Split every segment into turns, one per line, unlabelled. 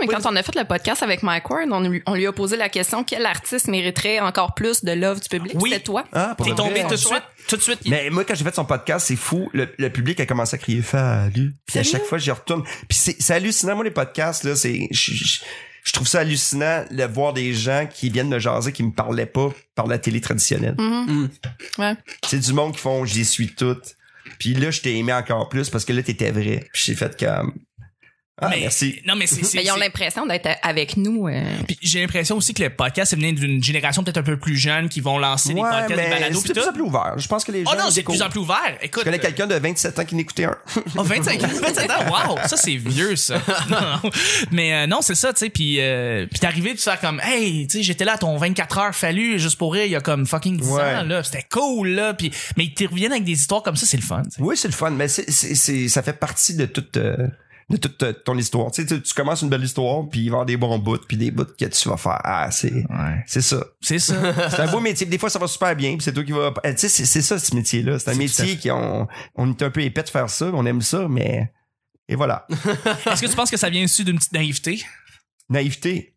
mais quand on a fait le podcast avec Mike Ward, on lui, on lui a posé la question quel artiste mériterait encore plus de love du public
Oui.
C'était toi.
Ah, pour
T'es
de
tombé
vrai.
tout de suite, tout de suite.
Mais moi, quand j'ai fait son podcast, c'est fou. Le, le public a commencé à crier salut. Puis à
Sérieux?
chaque fois, j'y retourne. Puis c'est c'est hallucinant, moi, les podcasts, là. C'est, je, je- je trouve ça hallucinant de voir des gens qui viennent me jaser, qui me parlaient pas par la télé traditionnelle.
Mm-hmm.
Mhm.
Ouais.
C'est du monde qui font j'y suis toutes. Puis là, je t'ai aimé encore plus parce que là, t'étais vrai. Puis j'ai fait comme. Ah,
Mais-
merci.
Non, mais c'est. c'est-
Mais Ben, ils ont
c'est-
l'impression d'être avec nous. euh,
Puis j'ai l'impression aussi que le podcast est venu d'une génération peut-être un peu plus jeune qui vont lancer des
Ouais,
podcasts, des
mais
balados
c'est de
pis
plus en
tout.
plus ouvert. Je pense que les gens.
Oh non, c'est de
découvrent.
plus en plus ouvert.
Je
Écoute,
connais quelqu'un de 27 ans qui n'écoutait un.
Oh, 25 ans, 27 ans, wow, ça c'est vieux ça. Non. Mais euh, non, c'est ça, tu sais, puis euh, puis t'es arrivé, tu fais comme, hey, tu sais, j'étais là à ton 24 heures fallu, juste pour rire, il y a comme fucking 10
Ouais.
ans, là, c'était cool, là, puis mais ils te reviennent avec des histoires comme ça, c'est le fun. tu sais.
Oui, c'est le fun, mais c'est, c'est, c'est- ça fait partie de toute, euh, de toute euh, ton histoire. Tu, sais, tu, tu commences une belle histoire, puis il va y avoir des bons bouts, puis des bouts que tu vas faire. Ah, c'est, c'est ça.
C'est ça.
C'est un beau métier. Des fois, ça va super bien, puis c'est toi qui vas. Eh, Tu sais, c'est, c'est ça, ce métier-là. C'est un
C'est tout à
métier qui on, on est un peu épais de faire ça, on aime ça, mais. Et voilà.
Est-ce que tu penses que ça vient issu d'une petite naïveté?
Naïveté.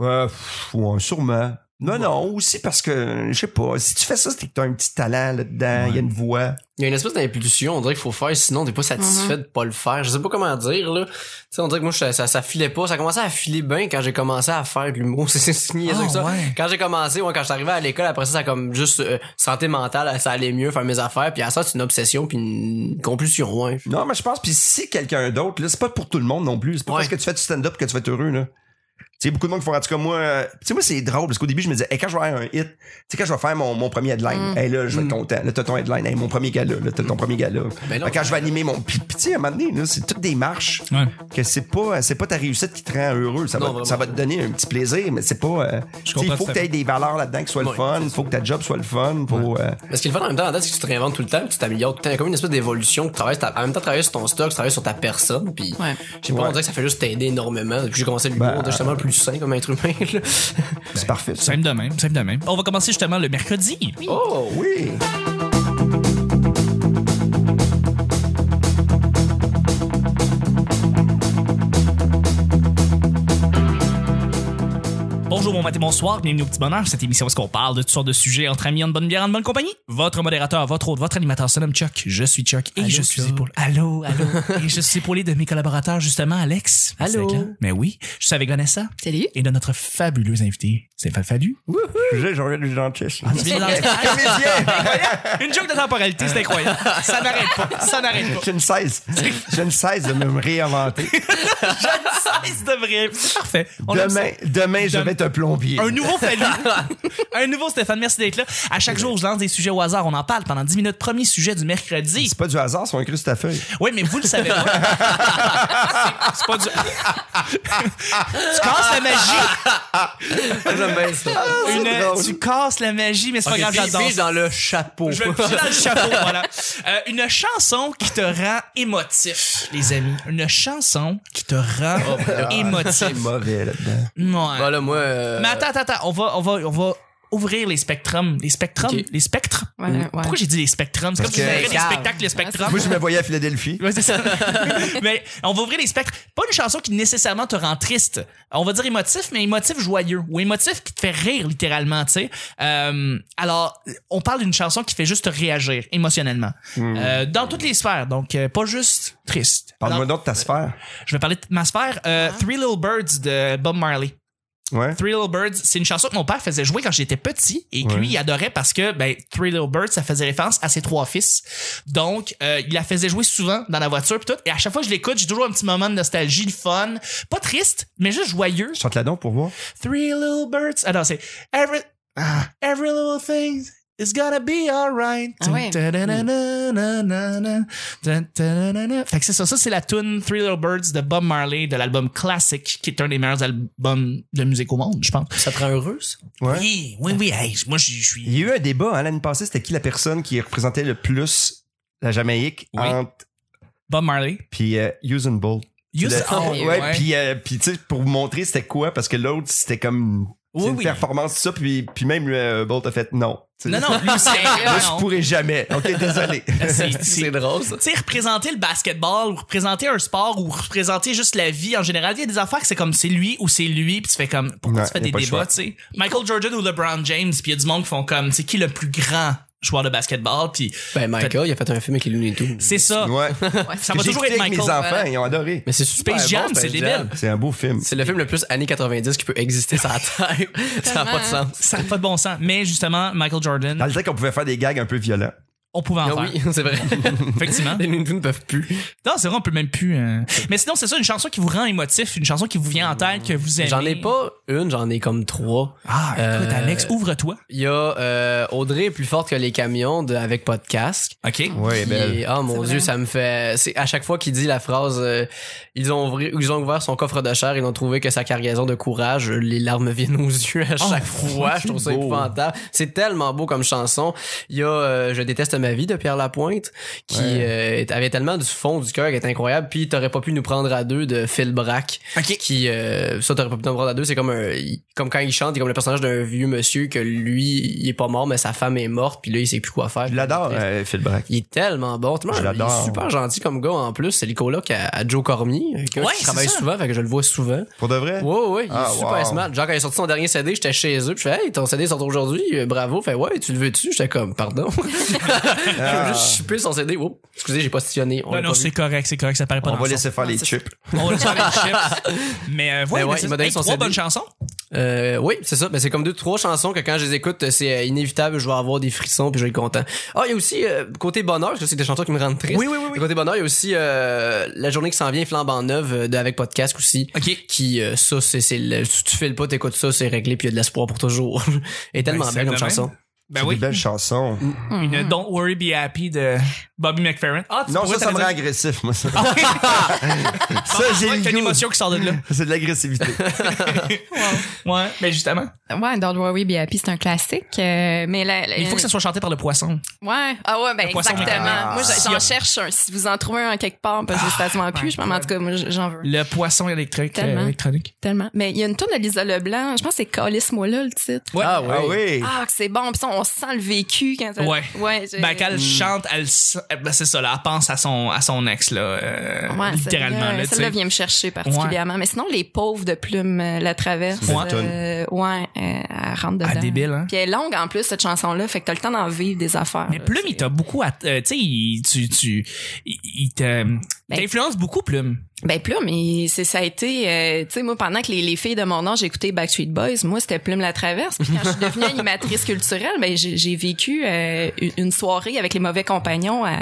Euh, pff, ouais, sûrement. Non, non, aussi parce que, je sais pas, si tu fais ça, c'est que t'as un petit talent là-dedans, il y a une voix.
Il y a une espèce d'impulsion, on dirait qu'il faut faire, sinon t'es pas satisfait
Mhm.
de pas le faire. Je sais pas comment dire, là. Tu sais, on dirait que moi, je- ça, ça filait pas. Ça commençait à filer bien quand j'ai commencé à faire de l'humour. C'est c'est signé
Ah,
avec ça.
ouais.
Quand j'ai commencé, ouais, quand j'étais arrivé à l'école, après ça, ça a comme juste euh, santé mentale, ça allait mieux, faire mes affaires. Puis à ça, c'est une obsession, puis une compulsion, ouais.
Non, mais je pense, puis si quelqu'un d'autre, là, c'est pas pour tout le monde non plus. C'est pas
Ouais.
parce que tu fais du stand-up que tu vas être heureux, là. Tu sais, beaucoup de monde qui font, en tout cas, moi, euh, tu sais, moi, c'est drôle, parce qu'au début, je me disais, hey, quand je vais faire un hit, tu sais, quand je vais faire mon, mon premier
Mm.
headline, hey, là, je vais être content, là, t'as ton headline, hey, mon premier gala, là, t'as ton premier gala.
Ben non.
Fait quand je vais animer mon. Puis, puis tu sais, à un moment donné, là, c'est toutes des marches,
Ouais.
que c'est pas, c'est pas ta réussite qui te rend heureux. Ça,
Non,
va,
vraiment.
ça va te donner un petit plaisir, mais c'est pas. euh, tu sais,
comprends
il faut
tout à
que t'aies
fait.
des valeurs là-dedans qui soient le
Ouais,
fun, il faut que ta job soit le fun, faut. euh,
Mais ce qui est le fun en même temps, là-dedans, c'est que tu te réinventes tout le temps, puis tu t'améliores tout le temps. Il y a comme une espèce d'évolution. Tu travailles, ta- en même temps, tu travailles sur ton stock, tu travailles sur ta personne, puis
Ouais.
je sais pas,
Ouais.
on dirait que ça fait juste t'aider énormément. Depuis que j'ai commencé l'humour,
Ben,
on est justement plus sain comme être humain, là. Ben.
C'est parfait. ça.
Simple de même, simple de même. On va commencer justement le mercredi.
Oh!
Oui!
Bonjour, bon matin, bonsoir, bienvenue au Petit Bonheur. Cette émission où est-ce qu'on parle de toutes sortes de sujets entre amis, en bonne bière, en bonne compagnie. Votre modérateur, votre hôte, votre animateur se nomme Chuck. Je suis Chuck et
Allô,
je suis
Chuck.
épaulé. Allô, allô. et je suis épaulé de mes collaborateurs, justement, Alex. Merci
Allô.
d'être là. Mais oui, je suis avec Vanessa
Salut.
et de notre fabuleuse invitée, Stéphane Fallu.
J'ai genre du dentiste.
Tu viens de lancer- Une joke de temporalité, c'est incroyable. Ça n'arrête pas. Ça n'arrête pas.
J'ai une 16. J'ai une 16 de me réinventer.
C'est de vrai. C'est parfait. On aime ça.
Demain, demain, je
Dem-
vais être un plombier.
Un nouveau Fallu. un nouveau Stéphane, merci d'être là. À chaque jour, je lance des sujets au hasard. On en parle pendant 10 minutes. Premier sujet du mercredi.
C'est pas du hasard, c'est un cru sur ta feuille.
Oui, mais vous le savez pas. C'est- c'est pas du. tu casses la magie.
J'aime bien ça.
Une-
drôle.
tu casses la magie, mais c'est
Ok,
pas grave,
puis-
j'adore.
puis
ça.
dans le chapeau.
Je vais le piger dans le chapeau, voilà. Euh, une chanson qui te rend émotif, les amis. Une chanson qui te rend émotif.
mauvais là-dedans.
Ouais.
Voilà, moi. euh,
Mais attends, attends, attends. On va, on va, on va ouvrir les spectrums. Les spectrums?
Ok.
Les spectres?
Ouais, ouais.
Pourquoi j'ai dit les spectrums? C'est comme
Parce
si
que-
j'ouvrais les
Cave.
spectacles, les spectrums.
Moi, je me voyais à Philadelphie.
Ouais, c'est ça. mais on va ouvrir les spectres. Pas une chanson qui nécessairement te rend triste. On va dire émotif, mais émotif joyeux. Ou émotif qui te fait rire, littéralement, tu sais. Euh, alors, on parle d'une chanson qui fait juste te réagir émotionnellement.
Hmm.
Euh, dans toutes les sphères, donc euh, pas juste triste.
Parle-moi
Alors,
donc de ta sphère.
je vais parler de ma sphère. euh, Three Little Birds de Bob Marley.
Ouais.
Three Little Birds, c'est une chanson que mon père faisait jouer quand j'étais petit et que lui il adorait parce que ben Three Little Birds ça faisait référence à ses trois fils. Donc euh, il la faisait jouer souvent dans la voiture puis tout et à chaque fois que je l'écoute, j'ai toujours un petit moment de nostalgie, de fun, pas triste, mais juste joyeux.
Chante la donc pour voir.
Three Little Birds. Ah non, c'est every ah, every little thing is gonna be alright.
Ah ouais.
Ta-da-da-da-da-da-da. Ta-da-da-da-da. Fait que c'est ça, ça c'est la tune Three Little Birds de Bob Marley de l'album Classic qui est un des meilleurs albums de musique au monde, je pense.
Ça te rend heureuse?
Ouais.
Oui, oui, oui. hey, moi, je je suis.
Il y a eu un débat hein, l'année passée, c'était qui la personne qui représentait le plus la Jamaïque
Oui.
entre
Bob Marley. oh,
puis euh, Usain Bolt.
You
Le-
saw-
ouais, puis euh, puis tu sais pour vous montrer c'était quoi parce que l'autre c'était comme C'est
Oui,
une
oui.
performance, ça, puis, puis même euh, Bolt a fait non. Tu sais,
Non, non, lui, c'est.
Moi,
non.
je pourrais jamais. OK, désolé.
C'est-
C'est
c'est-
drôle, ça.
Tu sais, représenter le basketball ou représenter un sport ou représenter juste la vie en général, il y a des affaires que c'est comme c'est lui ou c'est lui, puis tu fais comme pourquoi
Ouais,
tu fais
y a
des
pas le
débats,
choix.
tu sais. Michael Jordan ou LeBron James, puis il y a du monde qui font comme c'est qui le plus grand joueur de basketball, puis
Ben, Michael, il a fait un film avec les Looney Tunes.
c'est ça.
Ouais.
Ça va
J'ai
toujours
écouté
être
avec
Michael.
mes enfants,
voilà.
ils ont adoré.
Mais c'est super
Space Jam,
bon,
c'est
Space
débile.
Jam.
C'est un beau film.
C'est le film le plus années 90 qui peut exister sur la Terre. ça n'a pas de
Tellement.
sens.
Ça n'a pas de bon sens. Mais justement, Michael
Dans
Jordan,
le temps qu'on pouvait faire des gags un peu violents.
on pouvait en
Ah
faire.
oui, c'est vrai.
Effectivement.
les Looney Tunes ne peuvent plus.
Non, c'est vrai, on peut même plus. euh. Mais sinon, c'est ça, une chanson qui vous rend émotif, une chanson qui vous vient en tête, que vous aimez.
J'en ai pas une, j'en ai comme trois.
Ah, écoute,
Euh,
Alex, ouvre-toi.
Il y a euh, Audrey est plus forte que les camions de avec pas de casque.
OK.
Ouais,
Qui-
belle.
Ah mon
C'est
dieu,
vrai.
ça me fait. C'est à chaque fois qu'il dit la phrase, euh, ils ont ouvri- ils ont ouvert son coffre de chair, ils ont trouvé que sa cargaison de courage, les larmes viennent aux yeux à chaque fois. Je trouve ça
Ah, beau.
épouvantable. C'est tellement beau comme chanson. Il y a euh, Je déteste ma vie de Pierre Lapointe, qui euh, est- avait tellement du fond du cœur, qui est incroyable. Puis t'aurais pas pu nous prendre à deux de Phil Brack
OK.
qui euh, ça t'aurais pas pu t'en prendre à deux c'est comme un il- comme quand il chante il est comme le personnage d'un vieux monsieur que lui il est pas mort mais sa femme est morte puis là il sait plus quoi faire
Je l'adore, euh, Phil Brack.
il est tellement bon tellement-
Je
il
l'adore.
est super gentil comme gars en plus c'est le coloc à, à Joe Cormier un gars
Ouais,
qui
c'est
travaille
ça.
souvent fait que je le vois souvent
Pour de vrai?
ouais ouais il est
Ah,
super
wow.
smart genre quand il a sorti son dernier CD j'étais chez eux puis je fais hey ton CD sort aujourd'hui euh, bravo fait ouais tu le veux-tu j'étais comme pardon je
Ah.
veux juste chipper son CD Oups, excusez j'ai pas sillonné on
Ben Non,
l'a
non,
pas
c'est
vu.
correct, c'est correct, ça paraît pas
On
dans
va
le son.
laisser faire les
c'est-
chips.
On va le faire avec les chips. Mais euh, voilà,
Mais Ben ouais,
mais
il
ça,
m'a donné
hey,
son
trois
CD.
bonnes chansons.
Euh, oui, c'est ça. Ben, c'est comme deux, trois chansons que quand je les écoute, c'est euh, inévitable, je vais avoir des frissons puis je vais être content. Ah, il y a aussi euh, côté bonheur, parce que c'est des chansons qui me rendent triste.
Oui, oui, oui, oui.
Côté bonheur, il y a aussi euh, la journée qui s'en vient, flambe en neuve, euh, de, avec podcast aussi.
OK.
Qui, euh, ça, c'est, c'est le, si tu fais le pas, t'écoutes ça, c'est réglé puis il y a de l'espoir pour toujours. Elle est tellement
Ben, c'est
belle comme
de
chanson.
Ben
C'est
oui.
Des belles chansons.
Une
Hmm.
Don't Worry Be Happy de Bobby McFerrin. Ah, tu
Non,
pourrais
ça, ça me rend
t'arrêter-
agressif, moi, ça.
Ah,
ça, j'ai
ouais,
le
t'as une
goût.
émotion qui sort de là.
C'est de l'agressivité.
Ouais, ben justement.
Ouais, Don't Worry Be Happy, c'est un classique. euh, mais la- la-
Il faut que ça soit chanté par le poisson.
Ouais. Ah ouais, ben
Le poisson
exactement.
mécanique.
Moi,
Ah.
j'en cherche un. Si vous en trouvez un quelque part, parce que j'ai quasiment plus, je m'en en tout cas, moi, j'en veux
Le poisson électrique, euh,
Tellement.
électronique.
tellement. Mais il y a une tourne de Lisa Leblanc. Je pense que c'est Calisse-moi là, le titre.
Ouais.
Ah oui.
Ah oui.
Ah, que c'est bon. Puis ça, on sent le vécu quand elle-
Ouais.
Ouais. j'ai-
Ben, quand
Hmm.
elle chante, elle, s- ben, c'est ça, là, elle pense à son, à son ex, là, euh,
Ouais,
littéralement,
celle-là-
là, tu
Celle-là
sais.
vient me chercher particulièrement. Mais sinon, les pauvres de plume euh, la traverse.
C'est une tonne.
euh, ouais, euh, elle rentre dedans.
Ah, débile, hein.
Puis elle est longue en plus, cette chanson-là. Fait que t'as le temps d'en vivre des affaires.
Mais
là,
Plume,
c'est-
il t'a beaucoup, att- euh, tu sais, il- tu, tu, il, il te- t'influence beaucoup, Plume.
Ben Plume, il- c'est ça a été, euh, tu sais moi pendant que les, les filles de mon âge écoutaient Backstreet Boys, moi c'était Plume la traverse. Puis quand je suis devenue animatrice culturelle, ben j'ai j'ai vécu euh, une- une soirée avec les mauvais compagnons à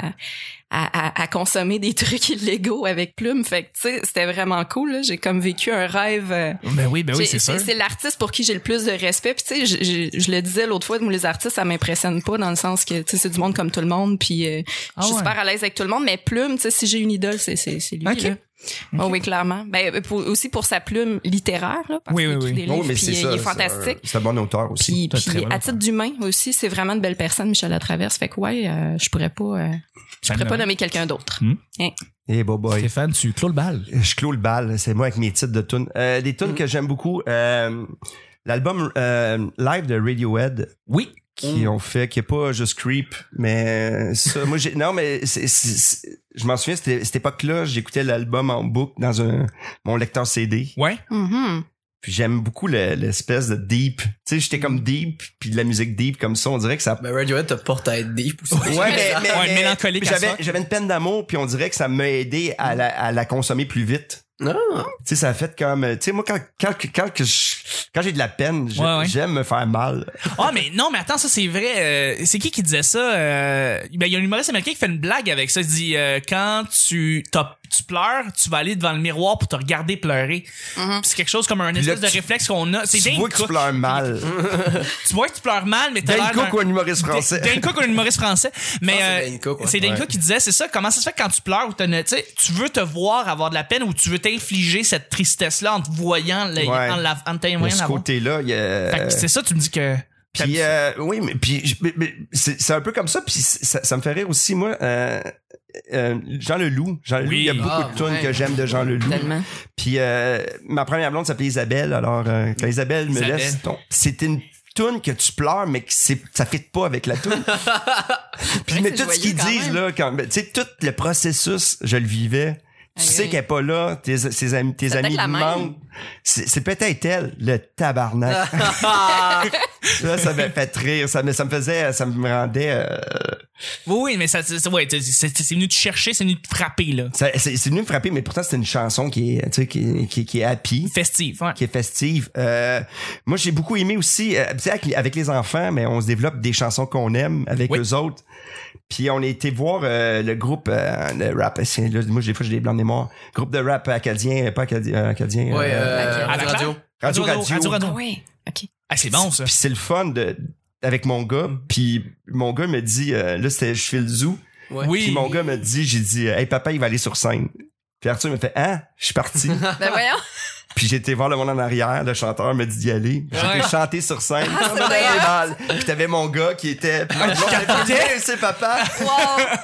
à, à- à consommer des trucs illégaux avec Plume. Fait que tu sais c'était vraiment cool. là. J'ai comme vécu un rêve. euh,
Ben oui, ben oui,
j'ai-
c'est sûr.
C'est l'artiste pour qui j'ai le plus de respect. Puis tu sais, je- je je le disais l'autre fois, moi, les artistes, ça m'impressionne pas dans le sens que tu sais, c'est du monde comme tout le monde. Puis euh,
Ah
je suis
ouais.
super à l'aise avec tout le monde. Mais Plume, tu sais, si j'ai une idole, c'est c'est c'est lui.
Ok.
là. Ah oui, clairement. Ben pour- aussi pour sa plume littéraire, là, parce
Oui,
qu'il
oui,
écrit
oui.
des livres,
Oh, mais
puis
c'est ça.
il est
c'est
fantastique.
un- C'est un bon auteur aussi.
Puis,
C'est un très
puis
bon
à titre d'humain aussi, c'est vraiment une belle personne, Michel Latraverse. Fait que ouais, euh, je pourrais pas, euh, je
Ben
pourrais pas nommer quelqu'un d'autre.
Eh, beau boy.
Stéphane, tu clôt le bal.
Je clôt le bal, c'est moi avec mes titres de tunes. Euh, des tunes que j'aime beaucoup. euh, L'album euh, live de Radiohead
Oui.
qui ont fait, qui est pas juste creep, mais ça, moi j'ai, non mais c'est- c'est- c'est- je m'en souviens, c'était cette époque-là, j'écoutais l'album en boucle dans un mon lecteur CD.
Ouais.
Mhm.
Puis j'aime beaucoup le- l'espèce de deep. Tu sais, j'étais comme deep, puis de la musique deep comme ça, on dirait que ça.
Ben, Radiohead te porte à être deep aussi.
Ouais, mais, mais-
Ouais,
mais-
mélancolique à
J'avais
soir.
j'avais une peine d'amour, puis on dirait que ça m'a aidé à la- à la consommer plus vite.
Ah.
Non.
Tu sais, ça a fait comme, euh, tu sais, moi, quand, quand, quand, que je- quand j'ai de la peine, j'ai-
Ouais, ouais.
j'aime me faire mal.
Ah, mais non, mais attends, ça, c'est vrai. euh, c'est qui qui disait ça? Euh, ben, il y a un humoriste américain qui fait une blague avec ça. Il dit, euh, quand tu, t'as- tu pleures, tu vas aller devant le miroir pour te regarder pleurer.
Mm-hmm.
Puis C'est quelque chose comme un
là,
espèce de
tu-
réflexe qu'on a. C'est
Tu
Dane
vois que tu
Cook.
pleures mal.
Tu vois que tu pleures mal, mais t'as
Dane
l'air d'un-
Cook ou un humoriste français?
Dane Cook, un humoriste français. Mais
pense que
euh,
c'est Dane Cook, ouais.
c'est Dane Cook qui disait, c'est ça, comment ça se fait que quand tu pleures ou t'as une- tu sais, tu veux te voir avoir de la peine ou tu veux t'infliger cette tristesse-là en te voyant, le-
Ouais. euh,
en, la, en
De
t'ayant
ce
la voir.
côté-là, il y a-
Fait que C'est ça, tu me dis que.
Puis
T'aimes
Puis
ça.
euh, oui, mais puis je- mais- mais c'est c'est un peu comme ça. Puis ça, ça me fait rire aussi moi. euh, euh, Jean Leloup, Jean Leloup,
Oui.
il y a beaucoup
Ah,
de tunes
ouais.
que j'aime de Jean Leloup.
Tellement.
Puis euh, ma première blonde s'appelait Isabelle. Alors euh, quand Isabelle me
Isabelle.
laisse, ton- c'était une tune que tu pleures, mais que c'est ça fit pas avec la tune. Puis
Ouais,
mais
c'est
tout ce
joyeux
qu'ils
quand
disent
même.
là, quand ben, tu sais tout le processus, je le vivais. Tu
Aïe,
sais
aïe.
qu'elle est pas là, tes, ses amis, tes
C'est
amis
peut-être la même.
manquent. C'est c'est peut-être elle, le tabarnak. Là, ça m'a fait rire. Ça me, ça me faisait, ça me rendait. euh,
Oui, oui, mais ça, ça- ouais, c'est- c'est c'est venu te chercher, c'est venu te frapper, là.
ça- c'est c'est venu me frapper, mais pourtant, c'est une chanson qui est, tu sais, qui, qui, qui est happy,
Festive, ouais.
qui est festive. Euh, moi, j'ai beaucoup aimé aussi, euh, tu sais, avec, avec les enfants, mais on se développe des chansons qu'on aime avec
Oui.
eux autres. Puis on a été voir euh, le groupe euh, de rap. c'est- Là, moi, des fois, j'ai des blancs de mémoire. Groupe de rap acadien, pas acadien, euh, acadien.
Ouais,
euh,
euh,
À la
radio.
Radio
Radio,
Ah
radio.
oui. OK.
Ah, c'est bon, ça.
Puis c'est le fun de avec mon gars. Puis mon gars me dit, euh, là, c'était je fais le zoo.
Ouais.
Oui.
Puis mon gars me dit, j'ai dit, euh, hey papa, il va aller sur scène. Puis Arthur me fait, hein, je suis parti.
Ben voyons.
puis j'ai été voir le monde en arrière, le chanteur me dit d'y aller. J'ai
Ouais.
été chanter sur scène.
Ah, c'est
On avait
vrai.
des balles. Puis t'avais mon gars qui était. Puis
Ah,
mon gars, Hey, c'est papa.
Wow.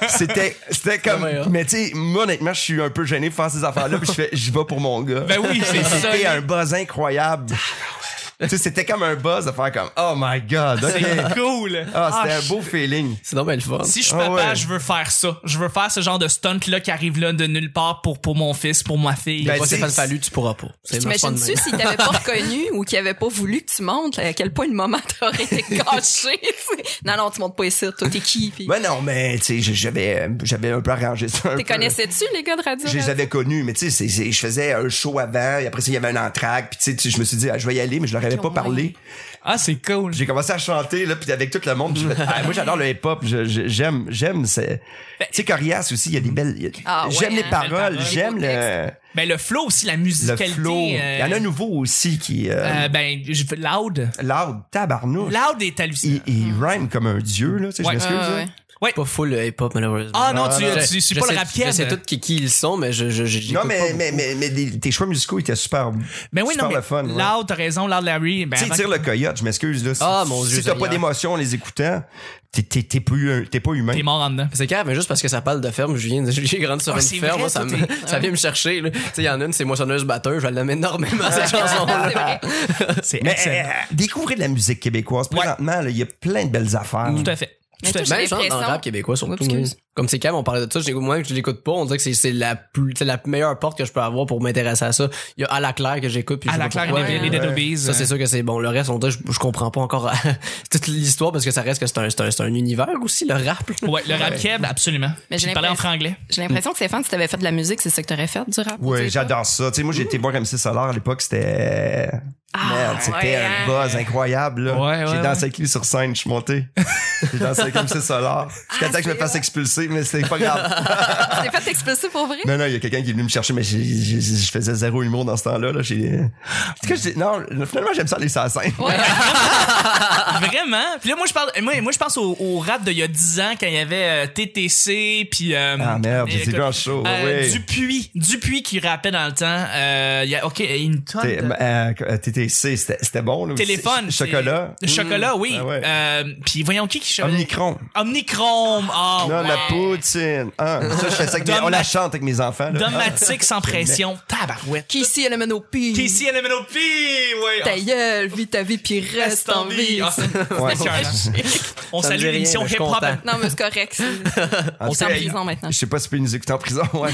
C'était, c'était comme.
Ouais, ouais.
Mais tu sais, moi, honnêtement, je suis un peu gêné de faire ces affaires-là. Puis je fais, je vais pour mon gars.
Ben oui, c'est ça. Ah,
C'était un buzz incroyable. tu sais, c'était comme un buzz de faire comme, oh my god, ok.
C'est cool.
Ah, c'était
Ah,
un beau feeling.
C'est normal le fun.
Si je suis
Ah
papa,
ouais.
je veux faire ça. Je veux faire ce genre de stunt-là qui arrive là de nulle part pour, pour mon fils, pour ma fille.
Ben,
Pas
tu sais,
Stéphane Fallu, tu pourras pas. C'est le fun de
T'imagines-tu
même.
s'il t'avait pas reconnu ou qu'il avait pas voulu que tu montes, à quel point le moment t'aurait été gâché? tu sais. non, non, tu montes pas ici. Toi, t'es qui? Puis-
Ben non, mais tu sais, j'avais, j'avais un peu arrangé ça. un
T'es
peu.
connaissais-tu, les gars de Radio?
Je les avais connus, mais tu sais, c'est- c'est- je faisais un show avant, et après ça, il y avait un entraque, puis tu sais, tu- je me suis dit, ah, je vais y aller, mais je leur avais pas
Ouais.
parlé.
Ah, c'est cool.
J'ai commencé à chanter, là, puis avec tout le monde, puis je fais, Ah, moi, j'adore le hip-hop, je- je- j'aime, j'aime, c'est, tu sais, Corias aussi, il y a des belles, il y a-
Ah, ouais,
j'aime les
hein,
paroles,
belles paroles.
j'aime le,
Ben, le flow aussi, la
le
musicalité.
flow.
euh,
Il y en a un nouveau aussi qui, euh,
euh, ben, je- loud.
loud, tabarnouche.
Loud est
Il,
hallucinant.
il rhyme comme un dieu, là, tu sais,
Ouais.
je m'excuse,
Ah,
là.
ouais.
Pas full euh, hip-hop, malheureusement.
Ah non, tu,
Je-
tu, suis
je
pas le
sais-
rap
Je sais
kid.
tout qui, qui ils sont, mais je, je, je- j'écoute
Non,
pas
mais,
beaucoup.
mais, mais, mais des- tes choix musicaux étaient super,
Mais Ben oui,
super
non, mais
le fun. ouais.
Loud, t'as raison, Loud Larry. Ben,
Tu sais,
avant-
tire le coyote, je m'excuse. Là, si
Ah, mon Dieu
si t'as pas
Seigneur.
d'émotion en les écoutant, t'es, t'es, t'es, plus, un- t'es pas humain.
T'es mort en dedans.
C'est grave, mais juste parce que ça parle de ferme, je viens de- j'ai grandi sur
Ah,
une
c'est
ferme,
vrai,
moi, ça,
toi,
me-
t'es-
ça vient me chercher. là. Tu sais, il y en a une, c'est moissonneuse batteur, je l'aime énormément cette
Ah,
chanson-là.
C'est
Mais euh,
excellent.
découvrez de la musique québécoise.
Ouais.
Présentement, là, il y a plein de belles affaires.
Tout à fait.
Mais
Tout à
toi, J'ai
fait.
Même genre dans le
l'impression-
rap québécois, surtout.
Excuse.
oui. Comme c'est quand on parlait de ça, je l'écoute- moi, je l'écoute pas, on dirait que c'est- c'est la plus, c'est la meilleure porte que je peux avoir pour m'intéresser à ça. Il y a À la Claire que j'écoute, puis je
À
sais
la
pas
Claire,
pourquoi,
les-
mais-
les Dead
ouais.
Obees,
Ça,
euh,
c'est sûr que c'est bon. Le reste, on dirait, je, je comprends pas encore toute l'histoire parce que ça reste que c'est un, c'est un, c'est un univers aussi, le rap. là.
Ouais, le rap keb, absolument.
Mais j'ai
Tu parlais en
l'impression-
franglais.
J'ai l'impression que Stéphane, si t'avais fait de la musique, c'est ça que t'aurais fait du rap. tu
Ouais,
sais.
j'adore ça. Tu sais, moi, j'ai été voir MC Solar à l'époque, c'était.
Ah,
Merde, c'était
ouais,
un
hein.
buzz incroyable. là.
Ouais, ouais,
j'ai
ouais.
dansé avec lui sur scène, je suis monté. j'ai dansé avec MC Solar.
Ah,
Jusqu'à temps que je me fasse expulser, mais c'est pas grave.
Tu t'es fait expulser pour vrai?
non, non, il y a quelqu'un qui est venu me chercher, mais j'ai- j'ai- je faisais zéro humour dans ce temps-là. Là. J'ai... En tout cas, j'ai- non, finalement, j'aime ça, les assassins.
Ouais.
Vraiment? Puis là, moi, je parle, moi, moi, je pense au, au rap d'il y a 10 ans quand il y avait euh, TTC, puis. euh,
Ah merde, j'ai
euh,
vu en show. ouais,
euh,
ouais.
Dupuis, Dupuis qui rappait dans le temps. Euh, il y a, ok, une tonne.
T'es-
de-
euh, euh, TTC, c'était c'était bon. Là, aussi.
Téléphone.
Ch- Chocolat.
c'est- Chocolat, oui.
Ah ouais.
Euh, puis voyons qui qui chante.
Omnicron.
Omnicron. Ah,
Non,
ouais.
la poutine. Ah, ça, je fais ça avec mes-
Dom-
on la chante avec mes enfants. Là.
Domatique sans pression. Tabarouette.
Qui ici, elle amène au pire.
Casey LMNOP, ouais.
Ta gueule, vis ta vie, puis reste en vie.
Ah,
Ah, ouais.
c'est écœurant. On
Ça me dit
salue
rien,
l'émission
mais je
Hip
suis
Hop.
content.
Non, mais c'est correct. c'est-
En tout
C'est
cas,
en prison maintenant.
Je sais pas si tu peux nous écouter en prison. ouais.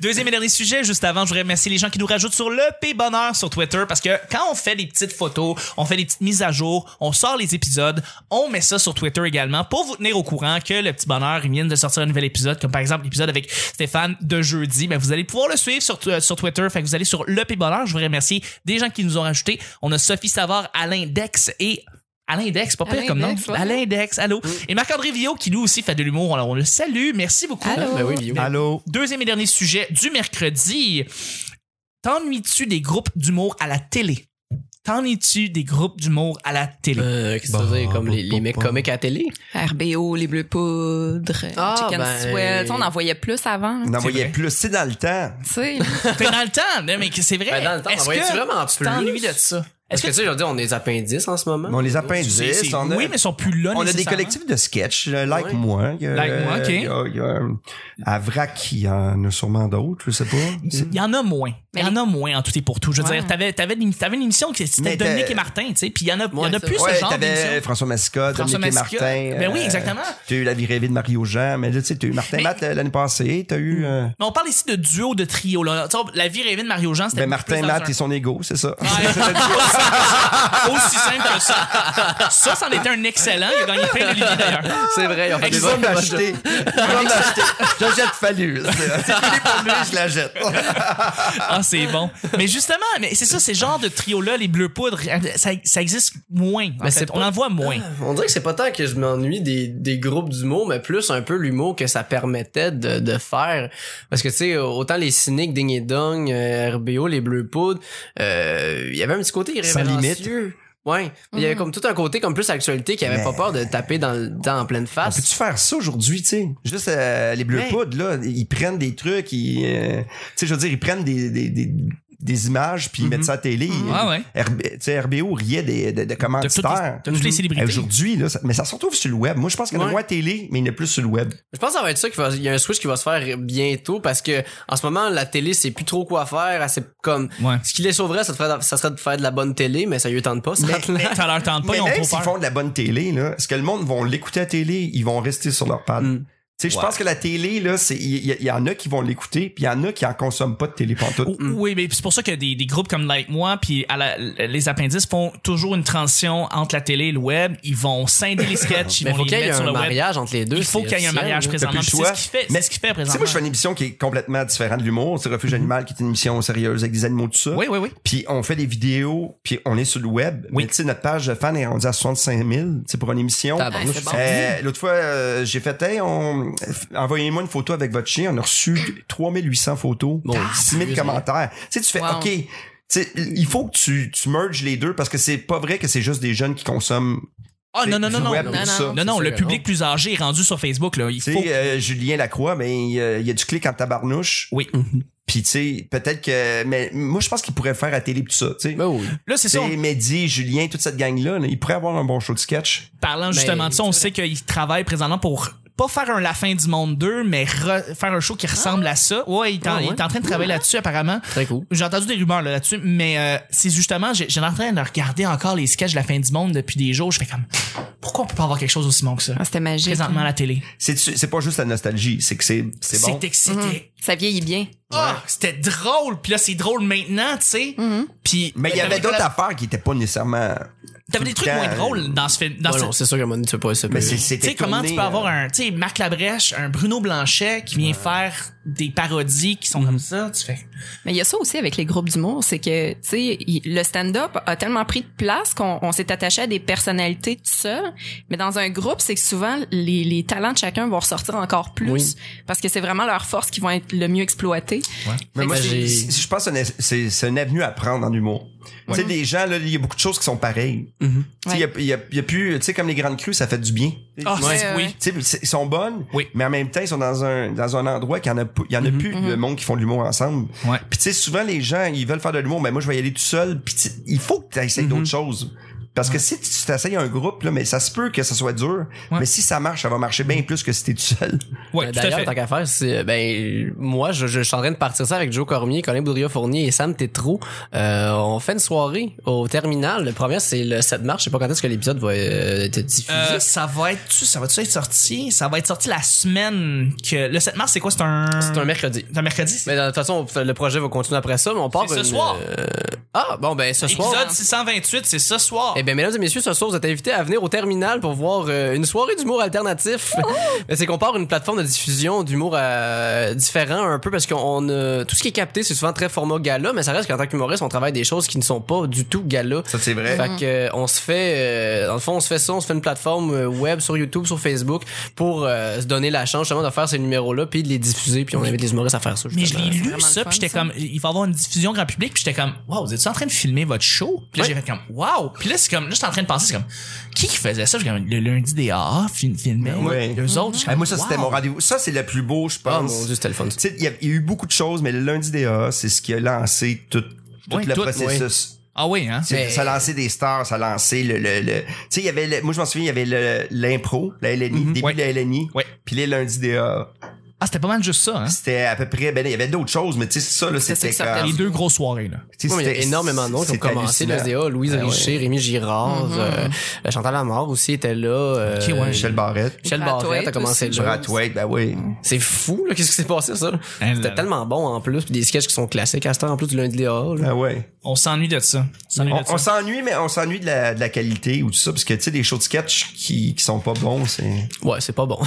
Deuxième et dernier sujet, juste avant, je voudrais remercier les gens qui nous rajoutent sur le P Bonheur sur Twitter parce que quand on fait des petites photos, on fait des petites mises à jour, on sort les épisodes, on met ça sur Twitter également pour vous tenir au courant que le petit bonheur, il vient de sortir un nouvel épisode, comme par exemple l'épisode avec Stéphane de jeudi. Ben, vous allez pouvoir le suivre sur, euh, sur Twitter. Fait que vous allez sur le P Bonheur. Je voudrais remercier des gens qui nous ont rajoutés. On a Sophie Savard, Alain Dex et Alain Dex, pas pire
Alain
comme nom.
Dex, ouais.
Alain Dex, allô. Et Marc-André Villot, qui lui aussi fait de l'humour. Alors, on le salue. Merci beaucoup.
Allô.
Ben oui, Bio.
Allô?
Deuxième et dernier sujet du mercredi. T'ennuies-tu des groupes d'humour à la télé? T'ennuies-tu des groupes d'humour à la télé?
Euh, Qu'est-ce que ça veut dire, comme les, les mecs comiques à la télé?
RBO, les bleus poudres,
Ah,
Chicken
ben.
Sweat. On en voyait plus avant.
On
hein,
en voyait
vrai.
plus. C'est dans le temps.
Tu sais,
T'es dans le temps, mais mais c'est vrai.
Ben, dans le temps,
Est-ce
on voyait-tu
que
vraiment
tu
plus?
t'ennuies de ça?
Est-ce que tu sais, je veux dire, on est les appendices en ce moment?
On les
C'est-
appendices.
c'est-
On a,
Oui, mais ils sont plus là
on a des
nécessairement.
collectifs de sketch, euh, like
Ouais.
moi. il y a-
Like moi, ok.
il y a- il y a, euh, à Vrac, il y en a sûrement d'autres, je sais pas.
Il y en a moins. Il y en a moins en tout et pour tout. Je veux
Ouais.
dire, t'avais, t'avais, une, t'avais une émission qui c'était
Mais t'as-
Dominique et Martin, tu sais, puis il y en a, il y en
Ouais,
a
ça.
plus
Ouais,
ce genre
t'avais
d'émission.
François Mascotte,
François
Dominique et
Mascotte.
Martin.
Ben oui,
euh,
exactement.
T'as eu la vie rêvée de Mario Jean, mais là, tu sais, t'as eu Martin
Mais- Mm.
Matt euh, l'année passée, t'as eu. euh,
Mais on parle ici de duo, de trio. Là. Tu sais, La vie rêvée de Mario Jean, c'était
ben,
plus
Martin
dans
Matt
un-
et son ego, c'est ça.
Ouais. Aussi simple que ça. Ça, c'en était un excellent. Il a gagné plein d'oliviers d'ailleurs.
C'est vrai, on fait
Je
des
vais
bonnes
l'acheter. Je vais l'acheter. Je la jette fallu. C'est c'est fini pour lui, je la jette.
Ah, c'est bon. Mais justement, mais c'est ça, ces genres de trio-là, les bleus poudres, ça, ça existe moins. en
Mais
fait.
c'est pas-
On en voit moins.
On dirait que c'est pas tant que je m'ennuie des, des groupes d'humour, mais plus un peu l'humour que ça permettait de, de faire. Parce que, tu sais, autant les cyniques, Ding et Dong, euh, RBO, les Bleus Poudres, euh, il y avait un petit côté
Sans limite. Mm.
irrévérencieux. Ouais. Il y avait comme tout un côté comme plus actualité qui avait
Mais-
pas peur de taper dans, le- dans en pleine
Ah,
face.
Peux-tu faire ça aujourd'hui, tu sais? Juste euh, les bleus
Mais-
poudres, là, ils prennent des trucs, ils. euh, tu sais, je veux dire, ils prennent des, des, des, des images, puis ils
Mhm.
mettent ça à la télé.
Ah ouais.
RB tu sais, RBO riait des, de, de
De toutes les,
commanditaires.
de toutes les
Mm-hmm.
Eh,
célébrités.
Aujourd'hui, là, ça- mais ça se retrouve sur le web. Moi, je pense qu'on a
Ouais.
moins à la télé, mais il n'y en a plus sur le web.
Je pense que ça va être ça qu'il va- il y a un switch qui va se faire bientôt parce que en ce moment la télé c'est plus trop quoi faire, Elle, c'est comme
Ouais.
ce qui les sauverait ça, serait- ça serait de faire de la bonne télé mais ça lui tente pas ça.
Ça leur tente pas,
mais
ils ont
même
trop
s'ils
peur.
font de la bonne télé, là, est-ce que le monde vont l'écouter à la télé, ils vont rester sur leur pad?
Mm.
Tu sais, je
Ouais.
pense que la télé, là, c'est, il y, il y en a qui vont l'écouter, puis il y en a qui en consomment pas de télé pantoute.
Mm.
Ou- Oui, mais c'est pour ça que des, des groupes comme Like Moi puis à la- les appendices font toujours une transition entre la télé et le web. Ils vont scinder les sketchs, ils
Mais
vont
faut
les
qu'il y ait
mettre sur
un
le web.
mariage entre les deux.
Il faut
c'est
qu'il y ait un
officiel,
mariage
là.
présentement.
le
Puis
choix.
C'est ce qu'il fait,
Mais-
c'est ce qu'il fait
Tu sais,
présentement.
moi, je fais une émission qui est complètement différente de l'humour. C'est Refuge Animal, qui est une émission sérieuse avec des animaux, tout ça.
Mm-hmm. Oui, oui, oui.
Puis on fait des vidéos, puis on est sur le web.
Oui.
Mais tu sais, notre page de fan est rendue à 65 000, tu sais, pour une émission.
Ah
Tabarnak,
ben,
Ouais, c'est bon.
Euh, L'autre fois, euh, j'ai fait, hey, on... envoyez-moi une photo avec votre chien. On a reçu 3800 photos,
Bon,
6000
excuse-moi.
commentaires. Tu sais, tu fais,
Wow.
OK. tu sais, il faut que tu, tu merges les deux parce que c'est pas vrai que c'est juste des jeunes qui consomment.
Ah non, non, non,
du
non.
web
Non,
et tout
non.
ça.
non,
c'est
le
sûr,
public
non.
plus âgé est rendu sur Facebook, là. Il
Tu
faut.
sais, euh, Julien Lacroix, mais euh, il y a du clic en tabarnouche.
Oui.
Puis tu sais, peut-être que... Mais moi, je pense qu'il pourrait faire à la télé pis tout ça, tu sais.
Ben oui.
Là, c'est
Tu
ça.
sais, Mehdi, Julien, toute cette gang-là, là, ils pourraient avoir un bon show de sketch.
Ben,
Parlant justement de ça, on sait qu'ils travaillent présentement pour pas faire un La fin du monde 2, mais re- faire un show qui ressemble à ça. Ouais, il est en,
Ah ouais?
il est en train de travailler là-dessus apparemment.
Très cool.
J'ai entendu des rumeurs là, là-dessus, mais euh, c'est justement, j'ai- j'étais en train de regarder encore les sketchs de la fin du monde depuis des jours. Je fais comme, pourquoi on peut pas avoir quelque chose aussi bon que ça
Ah, C'était magique.
présentement à la télé?
C'est c'est pas juste la nostalgie, c'est que c'est c'est bon.
excitant.
Mhm.
Ça vieillit bien.
Ah, c'était drôle. Puis là, c'est drôle maintenant, tu sais.
Mhm.
Puis
Mais il y avait d'autres affaires qui étaient pas nécessairement.
T'avais des trucs
Quand-
moins drôles dans ce film. Dans
Ah
ce-
non, c'est sûr qu'à un moment donné, tu peux pas ça.
Mais
peut-
c'est-
Tu
c'était
sais, comment tu
tourné,
peux avoir
euh,
un, tu sais, Marc Labrèche, un Bruno Blanchet qui vient faire des parodies qui sont
Mhm.
comme ça, tu fais.
Mais il y a ça aussi avec les groupes d'humour, c'est que, tu sais, il- le stand-up a tellement pris de place qu'on on s'est attaché à des personnalités tout seul. Mais dans un groupe, c'est que souvent, les, les talents de chacun vont ressortir encore plus.
Oui.
Parce que c'est vraiment leur force qui vont être le mieux exploitée.
Mais moi,
Ben,
c'est-
j'ai-
c'est- je pense que c'est- c'est c'est une avenue à prendre en humour. Tu sais, les gens, là, il y a beaucoup de choses qui sont pareilles.
Mhm.
Tu sais, il y a- il y, a, il y a plus, tu sais, comme les grandes crues, ça fait du bien.
Ah,
Ouais,
c'est-
ouais.
oui.
Tu sais, c'est- ils sont bonnes,
Oui.
mais en même temps, ils sont dans un, dans un endroit qu'il y en a, p- il y en a plus de monde qui font de l'humour ensemble.
Ouais.
Puis tu sais, souvent, les gens, ils veulent faire de l'humour, mais moi, je vais y aller tout seul. Puis tu- il faut que tu essayes d'autres choses. Parce que si tu t'essayes un groupe, là, mais ça se peut que ça soit dur, mais si ça marche, ça va marcher bien plus que si t'es tout seul.
Ouais,
Ben,
tout à
D'ailleurs,
fait.
tant qu'à faire, c'est, ben, moi, je, je, je suis en train de partir ça avec Joe Cormier, Colin Boudria-Fournier et Sam Tétrault. Euh, on fait une soirée au terminal. Le premier, c'est le 7 mars. Je sais pas quand est-ce que l'épisode va euh, être diffusé.
Euh, ça va être, ça va-tu être sorti? Ça va être sorti la semaine que, le 7 mars, c'est quoi? C'est un,
c'est un mercredi.
c'est un mercredi?
Mais de toute façon, on- le projet va continuer après ça, mais on part
C'est ce
une-
soir.
euh, Ah, bon, ben, ce soir.
Épisode 628, c'est ce soir.
Eh bien, mesdames et messieurs, ce soir, vous êtes invités à venir au terminal pour voir euh, une soirée d'humour alternatif.
Oh!
Mais c'est qu'on part une plateforme de diffusion d'humour euh, différent un peu parce qu'on euh, tout ce qui est capté, c'est souvent très format gala, mais ça reste qu'en tant qu'humoriste, on travaille des choses qui ne sont pas du tout gala.
Ça, c'est vrai.
Fait que euh, on se fait euh, dans le fond on se fait ça, on se fait une plateforme euh, web sur YouTube, sur Facebook pour euh, se donner la chance justement de faire ces numéros là puis de les diffuser puis on invite les humoristes à faire ça.
mais je
justement.
l'ai lu
vraiment
ça,
le fun,
puis j'étais
ça.
comme, il va y avoir une diffusion grand public, puis j'étais comme, wow, vous êtes en train de filmer votre show? Puis là, j'ai fait comme, wow! Puis là, c'est comme, là, j'étais en train de penser, c'est comme, qui qui faisait ça? J'ai comme, le lundi des AA, film- filmait,
Ouais.
eux autres. j'ai
Ah,
comme,
moi, ça, c'était
wow.
mon rendez-vous. Ça, c'est le plus beau, je
Ah
pense.
mon dieu, c'était le fun.
Tu sais, il y, a il y a eu beaucoup de choses, mais le lundi DA, c'est ce qui a lancé tout, tout
Oui,
le
tout,
processus.
Ah oui, hein?
C'est-
Mais-
Ça lançait des stars, ça lançait le. le, le- Tu sais, il y avait. le- Moi, je m'en souviens, il y avait le- l'impro, la LNI, le début
Mhm. Ouais.
de la LNI.
Ouais.
Puis les lundis DA.
Ah, c'était pas mal juste ça, hein?
C'était à peu près. Ben, il y avait d'autres choses, mais tu sais, ça, là,
C'est ça
c'était.
qui sortait
comme-
Les
du-
deux grosses soirées, là.
tu sais,
Ouais, mais il y a
c'était-
énormément de noms qui ont
c'était
commencé. Le
hallucinant.
SDA, Louise
Ben ouais.
Richer, Rémi Girard, euh, euh, Chantal Lamar aussi était là. euh,
Ok, ouais.
Michel Barrette.
Michel
Brad
Barrette a
Waite
commencé
aussi.
là.
Brad Waite, ben oui.
C'est fou, là, qu'est-ce qui s'est passé, ça? là?
Eh là là.
euh,
C'était tellement bon, en plus, puis des sketchs qui sont classiques à ce temps, en plus du lundi des Halles, là.
Ben ouais.
On s'ennuie de ça. On s'ennuie
On
de
on
ça.
s'ennuie, mais on s'ennuie de la, de la qualité ou tout ça, parce que tu sais, des shows de sketch qui, qui sont pas bons, c'est.
Ouais, c'est pas bon.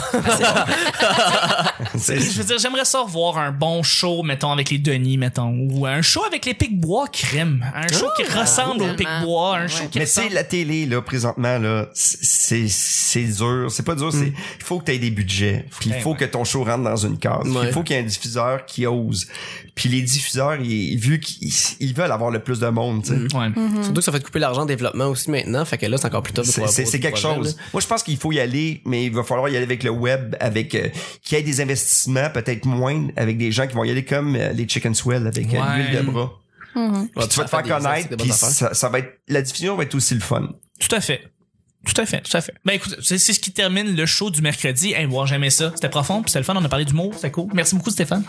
c'est-
Je veux dire, j'aimerais ça revoir un bon show, mettons, avec les Denis, mettons, ou un show avec les Pic-Bois crème. Un show qui
Ah!
ressemble aux
tellement.
Pic-Bois, un show
Ouais.
qui
Mais tu sais,
ressemble...
la télé, là, présentement, là, c'est, c'est dur. C'est pas dur, c'est, il faut que tu aies des budgets. Puis il
Eh
faut
Mm. ouais.
que ton show rentre dans une case. Puis
Ouais.
Il faut qu'il y ait un diffuseur qui ose. Puis les diffuseurs, ils, vu qu'ils ils veulent avoir le plus de monde, tu sais.
Ouais.
Surtout que ça fait couper l'argent en développement aussi maintenant, fait que là, c'est encore plus top. de
C'est,
pouvoir
c'est-
avoir
c'est
du
quelque
projet,
chose. Moi, je pense qu'il faut y aller, mais il va falloir y aller avec le web, avec euh, qu'il y ait des investissements, peut-être moins, avec des gens qui vont y aller comme euh, les chicken swell avec euh,
Ouais.
l'huile de bras.
là.
Puis tu vas te faire
des- ça,
connaître,
c'est des bonnes
puis
affaires.
ça, ça va être la diffusion va être aussi le fun.
Tout à fait. Tout à fait, tout à fait. Ben écoute, c'est c'est ce qui termine le show du mercredi. Hey, voir jamais ça. C'était profond, puis c'était le fun. On a parlé d'humour, c'était cool. Merci beaucoup, Stéphane.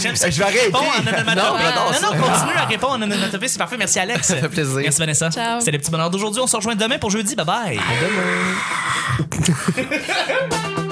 J'aime ça.
Je vais arrêter.
Réponds en
Non,
onomatopée.
j'adore ça.
Non, non, continue à répondre en onomatopée. C'est parfait. Merci, Alex. Ça
fait plaisir.
Merci, Vanessa.
Ciao.
C'est le petit bonheur d'aujourd'hui. On se rejoint demain pour jeudi. Bye bye.
Demain.